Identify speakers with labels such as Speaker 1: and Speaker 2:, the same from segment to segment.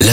Speaker 1: la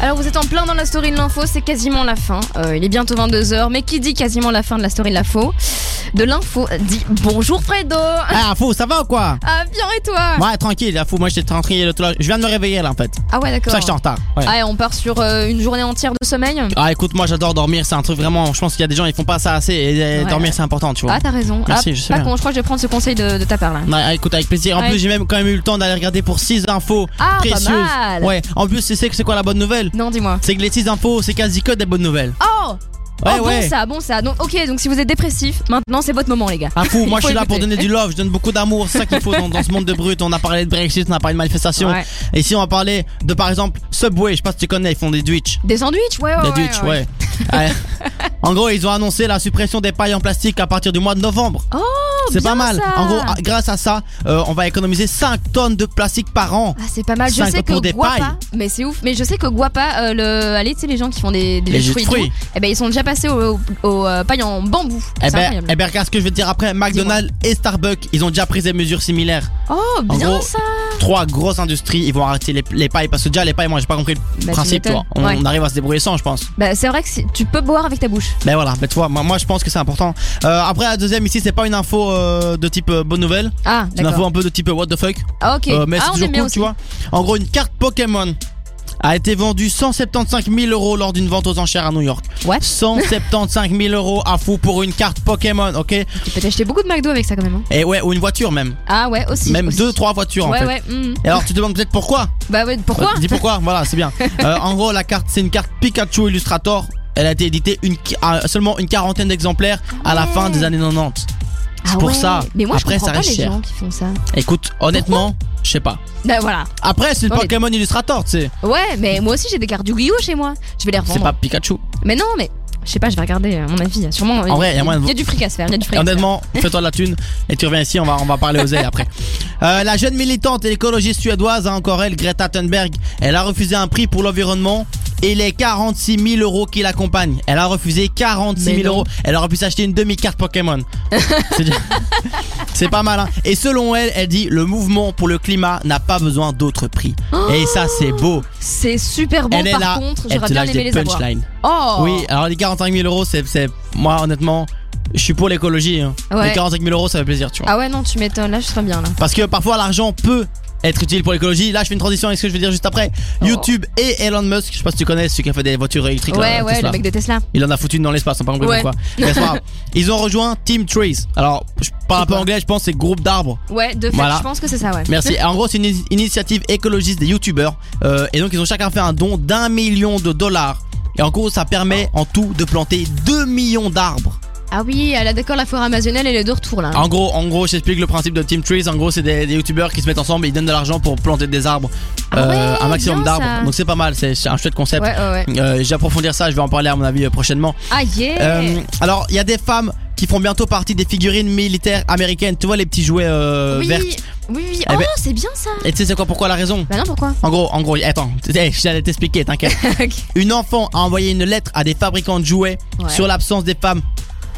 Speaker 2: Alors vous êtes en plein dans la story de l'info, c'est quasiment la fin. Euh, il est bientôt 22h, mais qui dit quasiment la fin de la story de l'info De l'info dit bonjour Fredo
Speaker 3: Ah, fou, ça va ou quoi
Speaker 2: Ah bien et toi
Speaker 3: Ouais, tranquille, là, fou, moi j'étais tranquille tout là. Je viens de me réveiller là en fait.
Speaker 2: Ah ouais
Speaker 3: C'est
Speaker 2: d'accord.
Speaker 3: pour ça que j'étais en retard. Ouais.
Speaker 2: Ah, et on part sur euh, une journée entière de sommeil
Speaker 3: Ah, écoute, moi j'adore dormir, c'est un truc vraiment. Je pense qu'il y a des gens, ils font pas ça assez et euh,
Speaker 2: Ouais.
Speaker 3: dormir c'est important, tu vois.
Speaker 2: Ah t'as raison.
Speaker 3: Merci,
Speaker 2: ah,
Speaker 3: je sais
Speaker 2: pas
Speaker 3: bien.
Speaker 2: con, je crois que je vais prendre ce conseil de, de ta part là.
Speaker 3: Ouais, ah, écoute, avec plaisir. En
Speaker 2: Ouais.
Speaker 3: plus, j'ai même quand même eu le temps d'aller regarder pour 6 infos
Speaker 2: Ah, pas
Speaker 3: précieuses.
Speaker 2: mal.
Speaker 3: Ouais, en plus, tu sais que c'est quoi la bonne nouvelle
Speaker 2: Non dis-moi.
Speaker 3: C'est que les 6 infos, c'est quasi que des bonnes nouvelles.
Speaker 2: Oh
Speaker 3: Ouais,
Speaker 2: Oh,
Speaker 3: ouais.
Speaker 2: bon ça, bon ça. Donc ok, donc si vous êtes dépressif, maintenant c'est votre moment les gars.
Speaker 3: Ah fou, moi
Speaker 2: Il
Speaker 3: je
Speaker 2: faut
Speaker 3: suis là pour
Speaker 2: écouter.
Speaker 3: donner du love, je donne beaucoup d'amour, c'est ça qu'il faut dans, dans ce monde de brut. On a parlé de Brexit, on a parlé de manifestation.
Speaker 2: Ouais.
Speaker 3: Et si on va parler de par exemple Subway, je sais pas si tu connais, ils font des Twitch.
Speaker 2: Des sandwichs Ouais ouais.
Speaker 3: Des
Speaker 2: Oh, ouais,
Speaker 3: Twitch, ouais. Ouais. en gros, ils ont annoncé la suppression des pailles en plastique à partir du mois de novembre.
Speaker 2: Oh
Speaker 3: C'est pas
Speaker 2: bien,
Speaker 3: mal.
Speaker 2: ça.
Speaker 3: En gros, à- grâce à ça, euh, on va économiser 5 tonnes de plastique par an.
Speaker 2: Ah, c'est pas mal. Je
Speaker 3: Cinq
Speaker 2: sais que
Speaker 3: pour des
Speaker 2: Guapa,
Speaker 3: pailles.
Speaker 2: mais c'est ouf. Mais je sais que Guapa, euh, le, allez, tu sais les gens qui font des, des
Speaker 3: Les
Speaker 2: jus
Speaker 3: jus
Speaker 2: de fruits,
Speaker 3: de
Speaker 2: Et
Speaker 3: fruits.
Speaker 2: tout, eh ben ils sont déjà passés aux au, au, euh, pailles en bambou.
Speaker 3: Eh
Speaker 2: C'est
Speaker 3: ben,
Speaker 2: incroyable.
Speaker 3: eh ben, regarde ce que je vais te dire après. McDonald's et Starbucks, ils ont déjà pris des mesures similaires.
Speaker 2: oh
Speaker 3: en
Speaker 2: bien
Speaker 3: gros,
Speaker 2: ça.
Speaker 3: Trois grosses industries, ils vont arrêter les, les pailles. Parce que déjà, les pailles, moi, j'ai pas compris le
Speaker 2: Bah, tu
Speaker 3: principe. tu
Speaker 2: m'étonnes.
Speaker 3: vois. On,
Speaker 2: Ouais.
Speaker 3: on arrive à se débrouiller sans, je pense.
Speaker 2: Bah, c'est vrai que si- tu peux boire avec ta bouche.
Speaker 3: Ben voilà, ben tu vois, moi, moi, je pense que c'est important. Euh, après, la deuxième ici, c'est pas une info euh, de type euh, bonne nouvelle.
Speaker 2: Ah
Speaker 3: C'est une info
Speaker 2: d'accord.
Speaker 3: un peu de type euh, what the fuck.
Speaker 2: Ah, ok.
Speaker 3: Euh, mais
Speaker 2: ah
Speaker 3: c'est
Speaker 2: on aime
Speaker 3: toujours
Speaker 2: bien
Speaker 3: cool,
Speaker 2: aussi.
Speaker 3: tu vois. En gros, une carte Pokémon a été vendue 175 000 euros lors d'une vente aux enchères à New York.
Speaker 2: What
Speaker 3: 175 000 euros à fou pour une carte Pokémon, ok
Speaker 2: Tu peux t'acheter beaucoup de McDo avec ça quand même. hein.
Speaker 3: Et ouais, ou une voiture même.
Speaker 2: Ah ouais aussi.
Speaker 3: Même
Speaker 2: aussi.
Speaker 3: deux, trois voitures
Speaker 2: Ouais
Speaker 3: en fait.
Speaker 2: ouais. mhm.
Speaker 3: Et alors, tu te demandes peut-être pourquoi
Speaker 2: Bah ouais. Pourquoi
Speaker 3: Euh, Dis pourquoi, voilà, c'est bien. Euh, en gros, la carte, c'est une carte Pikachu Illustrator. Elle a été éditée une, à seulement une quarantaine d'exemplaires à la
Speaker 2: Ouais.
Speaker 3: fin des années 90.
Speaker 2: Ah
Speaker 3: pour
Speaker 2: ouais.
Speaker 3: ça.
Speaker 2: Mais moi
Speaker 3: Après,
Speaker 2: je comprends
Speaker 3: ça
Speaker 2: pas
Speaker 3: reste
Speaker 2: les
Speaker 3: cher.
Speaker 2: gens qui font ça.
Speaker 3: Écoute, honnêtement, je sais pas.
Speaker 2: Bah voilà.
Speaker 3: Après, c'est une
Speaker 2: Non, mais-
Speaker 3: Pokémon Illustrator, tu sais.
Speaker 2: Ouais, mais moi aussi j'ai des cartes du Guillaume chez moi. Je vais les
Speaker 3: C'est
Speaker 2: revendre.
Speaker 3: pas Pikachu.
Speaker 2: Mais non, mais je sais pas. Je vais regarder euh, à mon avis. Sûrement.
Speaker 3: En vrai, il y a moyen de-
Speaker 2: du fric à se faire. Il y a du fric.
Speaker 3: Et
Speaker 2: à se faire.
Speaker 3: honnêtement, fais-toi de la thune et tu reviens ici, on va, on va parler aux ailes après. Euh, la jeune militante et écologiste suédoise, hein, encore elle, Greta Thunberg, elle a refusé un prix pour l'environnement et les 46 000 euros qui l'accompagnent. Elle a refusé 46
Speaker 2: Mais
Speaker 3: 000
Speaker 2: non.
Speaker 3: euros. Elle aurait pu s'acheter une demi-carte Pokémon. C'est déjà- C'est pas mal, hein. Et selon elle, elle dit le mouvement pour le climat n'a pas besoin d'autres prix. et ça, c'est beau.
Speaker 2: C'est super bon
Speaker 3: elle
Speaker 2: Oh par
Speaker 3: est là.
Speaker 2: contre,
Speaker 3: elle
Speaker 2: j'aurais
Speaker 3: te
Speaker 2: bien
Speaker 3: lâche
Speaker 2: aimé
Speaker 3: des
Speaker 2: les avoir.
Speaker 3: punchlines.
Speaker 2: Oh
Speaker 3: Oui, alors les 45 000 euros, c'est, c'est- moi honnêtement, je suis pour l'écologie. hein.
Speaker 2: Ouais.
Speaker 3: Les 45 000 euros, ça fait plaisir, tu vois.
Speaker 2: Ah ouais non, tu m'étonnes, là je serais bien là.
Speaker 3: Parce que parfois l'argent peut être utile pour l'écologie. Là, je fais une transition avec ce que je vais dire juste après.
Speaker 2: Oh.
Speaker 3: YouTube et Elon Musk, je sais pas si tu connais celui qui a fait des voitures électriques.
Speaker 2: Ouais
Speaker 3: là,
Speaker 2: ouais,
Speaker 3: Tesla.
Speaker 2: le mec de Tesla.
Speaker 3: Il en a foutu une dans l'espace, on pas compris
Speaker 2: Ouais.
Speaker 3: pourquoi. Mais c'est pas grave. Ils ont rejoint Team Trees. Alors, je parle un peu
Speaker 2: quoi
Speaker 3: anglais, je pense c'est groupe d'arbres.
Speaker 2: Ouais, de fait,
Speaker 3: Voilà.
Speaker 2: je pense que c'est ça ouais.
Speaker 3: Merci. En gros, c'est une i- initiative écologiste des youtubeurs. Euh, et donc, ils ont chacun fait un don d'un million de dollars. Et en gros, ça permet
Speaker 2: Oh.
Speaker 3: en tout de planter 2 millions d'arbres.
Speaker 2: Ah oui, elle a d'accord la forêt amazonienne, elle est de retour là.
Speaker 3: En gros, en gros, j'explique le principe de Team Trees. En gros, c'est des, des youtubeurs qui se mettent ensemble et ils donnent de l'argent pour planter des arbres, euh,
Speaker 2: Ah ouais,
Speaker 3: un maximum
Speaker 2: bien,
Speaker 3: d'arbres.
Speaker 2: ça.
Speaker 3: Donc c'est pas mal, c'est c'est un chouette
Speaker 2: Ouais
Speaker 3: concept.
Speaker 2: ouais ouais.
Speaker 3: Euh, J'ai approfondir ça, je vais en parler à mon avis euh, prochainement.
Speaker 2: Ah yeah.
Speaker 3: Euh, alors, il y a des femmes qui font bientôt partie des figurines militaires américaines. Tu vois les petits jouets euh,
Speaker 2: oui,
Speaker 3: verts.
Speaker 2: oui oui.
Speaker 3: Eh
Speaker 2: Oh,
Speaker 3: ben-
Speaker 2: c'est bien ça.
Speaker 3: Et tu sais c'est quoi pourquoi la raison
Speaker 2: Bah non, pourquoi
Speaker 3: En gros, en gros, attends, eh, j'allais t'expliquer, t'inquiète.
Speaker 2: Ok.
Speaker 3: Une enfant a envoyé une lettre à des fabricants de jouets
Speaker 2: Ouais.
Speaker 3: sur l'absence des femmes.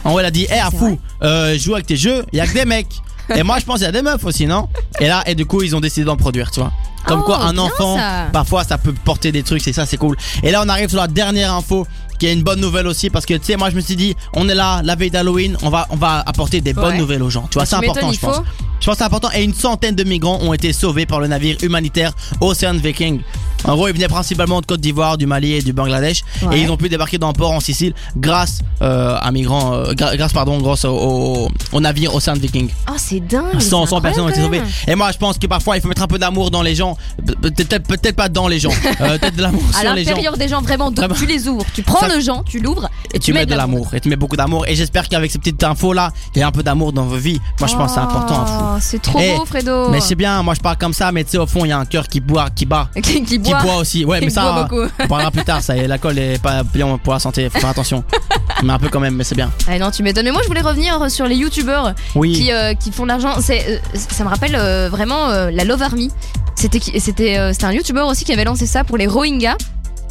Speaker 3: En gros, elle a dit, hé, à
Speaker 2: C'est
Speaker 3: fou, euh, joue avec tes jeux, il y a que des mecs. et moi, je pense qu'il y a des meufs aussi, non Et là, et du coup, ils ont décidé d'en produire, tu vois. Comme
Speaker 2: Oh,
Speaker 3: quoi, un
Speaker 2: bien,
Speaker 3: enfant,
Speaker 2: ça.
Speaker 3: parfois, ça peut porter des trucs, c'est ça, c'est cool. Et là, on arrive sur la dernière info, qui est une bonne nouvelle aussi, parce que, tu sais, moi, je me suis dit, on est là, la veille d'Halloween, on va, on va apporter des bonnes
Speaker 2: Ouais.
Speaker 3: nouvelles aux gens. Tu vois,
Speaker 2: Tu
Speaker 3: Bah, c'est important,
Speaker 2: m'étonnes,
Speaker 3: je
Speaker 2: il faut.
Speaker 3: pense. Je pense que c'est important. Et une centaine de migrants ont été sauvés par le navire humanitaire Ocean Viking. En gros, ils venaient principalement de Côte d'Ivoire, du Mali et du Bangladesh.
Speaker 2: Ouais.
Speaker 3: Et ils ont pu débarquer dans un port en Sicile grâce euh, à migrants, euh, gra- grâce, pardon, grâce au, au- au navire Ocean Viking.
Speaker 2: Oh, c'est dingue.
Speaker 3: 100,
Speaker 2: c'est
Speaker 3: 100 personnes ont été
Speaker 2: incroyable,
Speaker 3: sauvées. Et moi, je pense que parfois, il faut mettre un peu d'amour dans les gens. Pe- pe- Peut-être peut-être pas dans les gens. Euh, Peut-être de l'amour
Speaker 2: À
Speaker 3: sur les gens.
Speaker 2: l'intérieur des gens vraiment, donc
Speaker 3: Vraiment.
Speaker 2: tu les ouvres, tu prends
Speaker 3: Ça-
Speaker 2: le gens, tu l'ouvres
Speaker 3: Et tu mets de l'amour. Et tu mets beaucoup d'amour. Et j'espère qu'avec ces petites infos là, il y a un peu d'amour dans vos vies. Moi, je pense que c'est important. fou.
Speaker 2: Oh, C'est trop
Speaker 3: Eh,
Speaker 2: beau, Fredo.
Speaker 3: Mais c'est bien, moi je parle comme ça, mais tu sais, au fond, il y a un cœur qui boit, qui bat.
Speaker 2: Qui, qui
Speaker 3: Qui
Speaker 2: boit.
Speaker 3: boit aussi. Ouais,
Speaker 2: Qui
Speaker 3: mais ça, hein.
Speaker 2: boit beaucoup.
Speaker 3: on parlera plus tard, ça y est, l'alcool est pas bien pour la santé, faut faire attention. mais un peu quand même, mais c'est bien.
Speaker 2: Ah non, tu m'étonnes. Mais moi, je voulais revenir sur les youtubeurs
Speaker 3: Oui.
Speaker 2: qui, euh, qui font de l'argent. C'est, euh, ça me rappelle euh, vraiment euh, la Love Army. C'était, qui- c'était, euh, c'était un youtubeur aussi qui avait lancé ça pour les Rohingyas.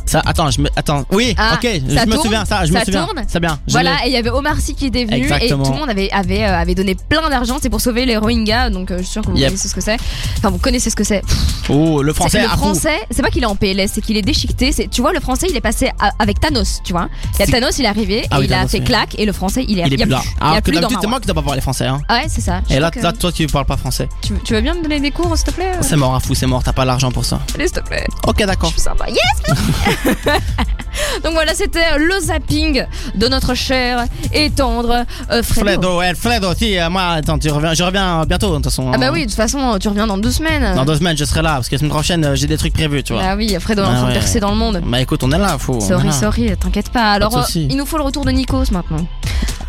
Speaker 3: Ça, attends, je me, attends. Oui,
Speaker 2: Ah,
Speaker 3: ok,
Speaker 2: ça
Speaker 3: je me
Speaker 2: tourne,
Speaker 3: souviens, ça, je me
Speaker 2: ça
Speaker 3: souviens.
Speaker 2: tourne.
Speaker 3: C'est bien. je l'ai.
Speaker 2: Voilà, et il y avait Omar Sy qui était venu
Speaker 3: Exactement.
Speaker 2: et tout le monde avait, avait, euh, avait donné plein d'argent, c'est pour sauver les Rohingyas, donc euh, je suis sûr que vous
Speaker 3: Yep.
Speaker 2: connaissez ce que c'est. Enfin, vous connaissez ce que c'est. Pff,
Speaker 3: Oh, le
Speaker 2: c'est-
Speaker 3: français.
Speaker 2: le
Speaker 3: à fond.
Speaker 2: français, c'est pas qu'il est en PLS, c'est qu'il est déchiqueté. c'est- Tu vois, le français, il est passé à- avec Thanos, tu vois. Il y a
Speaker 3: C'est-
Speaker 2: Thanos, il est arrivé,
Speaker 3: Ah
Speaker 2: et
Speaker 3: oui,
Speaker 2: il a
Speaker 3: Thanos,
Speaker 2: fait
Speaker 3: oui.
Speaker 2: claque, et le français, il est,
Speaker 3: Il
Speaker 2: il
Speaker 3: est
Speaker 2: y a
Speaker 3: plus là.
Speaker 2: plus- il y
Speaker 3: Alors
Speaker 2: a
Speaker 3: que
Speaker 2: plus dans
Speaker 3: d'habitude, c'est
Speaker 2: Marvel.
Speaker 3: moi qui dois pas parler français. Hein.
Speaker 2: Ah ouais, c'est ça. Je
Speaker 3: Et là,
Speaker 2: crois que-
Speaker 3: là, toi, tu parles pas français.
Speaker 2: tu, veux- tu veux bien me donner des cours, s'il te plaît euh
Speaker 3: C'est mort, un fou, c'est mort, t'as pas l'argent pour ça.
Speaker 2: Allez, s'il te plaît.
Speaker 3: Ok, d'accord.
Speaker 2: Je suis sympa. Yes merci. Donc voilà, c'était euh, le zapping de notre cher et tendre euh, Fredo.
Speaker 3: Fredo, ouais, Fredo, si, euh, moi, attends, tu reviens, je reviens euh, bientôt, de toute façon.
Speaker 2: Ah bah
Speaker 3: hein.
Speaker 2: oui, de toute façon, tu reviens dans deux semaines.
Speaker 3: Dans deux semaines, je serai là, parce que la semaine prochaine, euh, j'ai des trucs prévus, tu vois.
Speaker 2: Bah oui, Fredo est en
Speaker 3: Ah
Speaker 2: train
Speaker 3: ouais.
Speaker 2: de percer dans le monde.
Speaker 3: Bah écoute, on est là, faut. on est
Speaker 2: Sorry,
Speaker 3: là.
Speaker 2: sorry, t'inquiète pas. Alors,
Speaker 3: de
Speaker 2: euh,
Speaker 3: souci.
Speaker 2: il nous faut le retour de Nikos maintenant.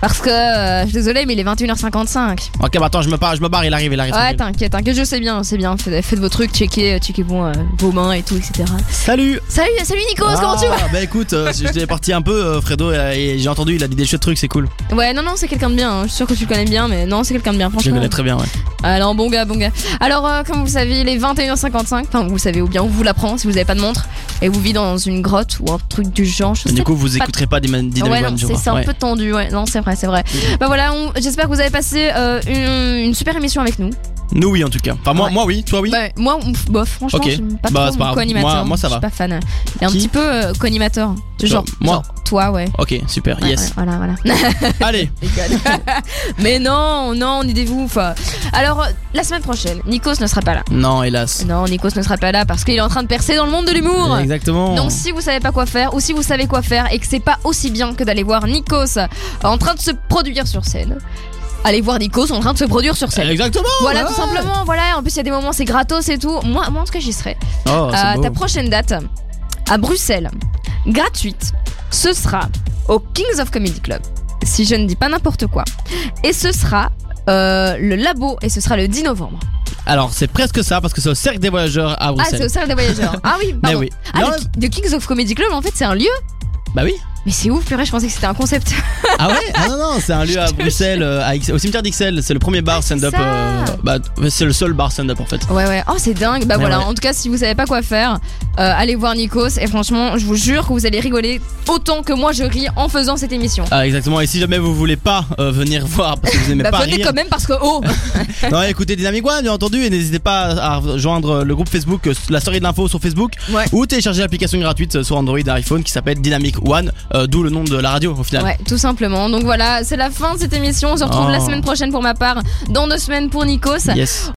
Speaker 2: Parce que, euh, je suis désolée, mais il est 21h55.
Speaker 3: Ok, bah attends, je me, barre, je me barre, il arrive, il arrive.
Speaker 2: Ouais,
Speaker 3: tranquille.
Speaker 2: t'inquiète, t'inquiète, je sais bien, c'est bien. Faites, faites vos trucs, checkez, checkez bon, euh, vos mains et tout, etc.
Speaker 3: Salut
Speaker 2: Salut, salut Nikos, comment tu vas
Speaker 3: Ah, Bah écoute, euh, j'étais parti un peu, euh, Fredo, euh, et j'ai entendu, il a dit des chouettes trucs, c'est cool.
Speaker 2: Ouais, non, non, c'est quelqu'un de bien. hein. Je suis sûr que tu le connais bien, mais non, c'est quelqu'un de bien,
Speaker 3: Je le
Speaker 2: franchement.
Speaker 3: connais très bien, ouais.
Speaker 2: Alors, bon gars, bon gars. Alors, euh, comme vous le savez, il est 21h55. Enfin, vous le savez, ou bien on vous l'apprend si vous n'avez pas de montre. Et vous vivez dans une grotte ou un truc du genre. Je
Speaker 3: Mais
Speaker 2: sais
Speaker 3: du coup, vous
Speaker 2: pas
Speaker 3: écouterez pas des Dynamic
Speaker 2: Ouais, non,
Speaker 3: One, je
Speaker 2: c'est
Speaker 3: crois.
Speaker 2: c'est un
Speaker 3: Ouais. Mmh.
Speaker 2: peu tendu, ouais. Non, c'est vrai, c'est vrai. Bah voilà, on- j'espère que vous avez passé euh, une, une super émission avec nous.
Speaker 3: Nous, oui, en tout cas. Enfin, moi,
Speaker 2: Ouais.
Speaker 3: moi oui, toi, oui.
Speaker 2: Bah, moi, ouf, bof, franchement,
Speaker 3: Ok.
Speaker 2: je suis pas
Speaker 3: Bah, c'est
Speaker 2: trop
Speaker 3: pas
Speaker 2: mon
Speaker 3: grave.
Speaker 2: co-animateur.
Speaker 3: Moi- moi, ça
Speaker 2: je suis
Speaker 3: va.
Speaker 2: pas fan. Et un
Speaker 3: Qui
Speaker 2: petit peu euh, co-animateur. Genre,
Speaker 3: moi
Speaker 2: genre, toi, ouais.
Speaker 3: Ok, super,
Speaker 2: Ouais,
Speaker 3: yes.
Speaker 2: ouais, voilà, voilà.
Speaker 3: Allez,
Speaker 2: Mais non, non, on est des vous. enfin. Alors, euh, la semaine prochaine, Nikos ne sera pas là.
Speaker 3: non, hélas.
Speaker 2: Non, Nikos ne sera pas là parce qu'il est en train de percer dans le monde de l'humour.
Speaker 3: Exactement.
Speaker 2: euh, Donc si vous savez pas quoi faire ou si vous savez quoi faire et que c'est pas aussi bien que d'aller voir Nikos en train de se produire sur scène, allez voir Nikos en train de se produire sur scène.
Speaker 3: Exactement.
Speaker 2: Voilà
Speaker 3: ouais.
Speaker 2: tout simplement, voilà, en plus il y a des moments c'est gratos et tout. Moi, moi en tout cas j'y serai.
Speaker 3: Oh, c'est
Speaker 2: Euh,
Speaker 3: beau.
Speaker 2: ta prochaine date à Bruxelles, gratuite, ce sera au Kings of Comedy Club, si je ne dis pas n'importe quoi. Et ce sera euh, le labo et ce sera le 10 novembre.
Speaker 3: Alors, c'est presque ça parce que c'est au cercle des voyageurs à
Speaker 2: Ah c'est au
Speaker 3: Bruxelles.
Speaker 2: salle des voyageurs. ah oui,
Speaker 3: Mais
Speaker 2: pardon.
Speaker 3: oui.
Speaker 2: Ah,
Speaker 3: Non,
Speaker 2: le Ki- le Kings of Comedy Club en fait c'est un lieu
Speaker 3: Bah oui.
Speaker 2: mais c'est ouf, purée, je pensais que c'était un concept.
Speaker 3: Ah ouais Ah non, non, c'est un lieu à Bruxelles, euh, à Ix- au cimetière d'Ixelles. C'est le premier bar stand-up.
Speaker 2: ça.
Speaker 3: euh, bah, c'est le seul bar stand-up en fait.
Speaker 2: Ouais, ouais. Oh, c'est dingue. Bah
Speaker 3: Mais
Speaker 2: voilà,
Speaker 3: ouais.
Speaker 2: en tout cas, si vous savez pas quoi faire, euh, allez voir Nikos. Et franchement, je vous jure que vous allez rigoler autant que moi je ris en faisant cette émission.
Speaker 3: Ah, exactement. Et si jamais vous voulez pas euh, venir voir parce que vous n'aimez
Speaker 2: bah
Speaker 3: pas
Speaker 2: venez
Speaker 3: rire,
Speaker 2: quand même parce que oh
Speaker 3: non, écoutez Dynamic One, bien entendu, et n'hésitez pas à rejoindre le groupe Facebook, euh, la story de l'info sur Facebook,
Speaker 2: Ouais.
Speaker 3: ou télécharger l'application gratuite euh, sur Android et iPhone qui s'appelle Dynamic One, euh, d'où le nom de la radio au final.
Speaker 2: Ouais, tout simplement. Donc voilà, c'est la fin de cette émission. On se retrouve
Speaker 3: Oh.
Speaker 2: la semaine prochaine pour ma part, dans deux semaines pour Nikos.
Speaker 3: Yes.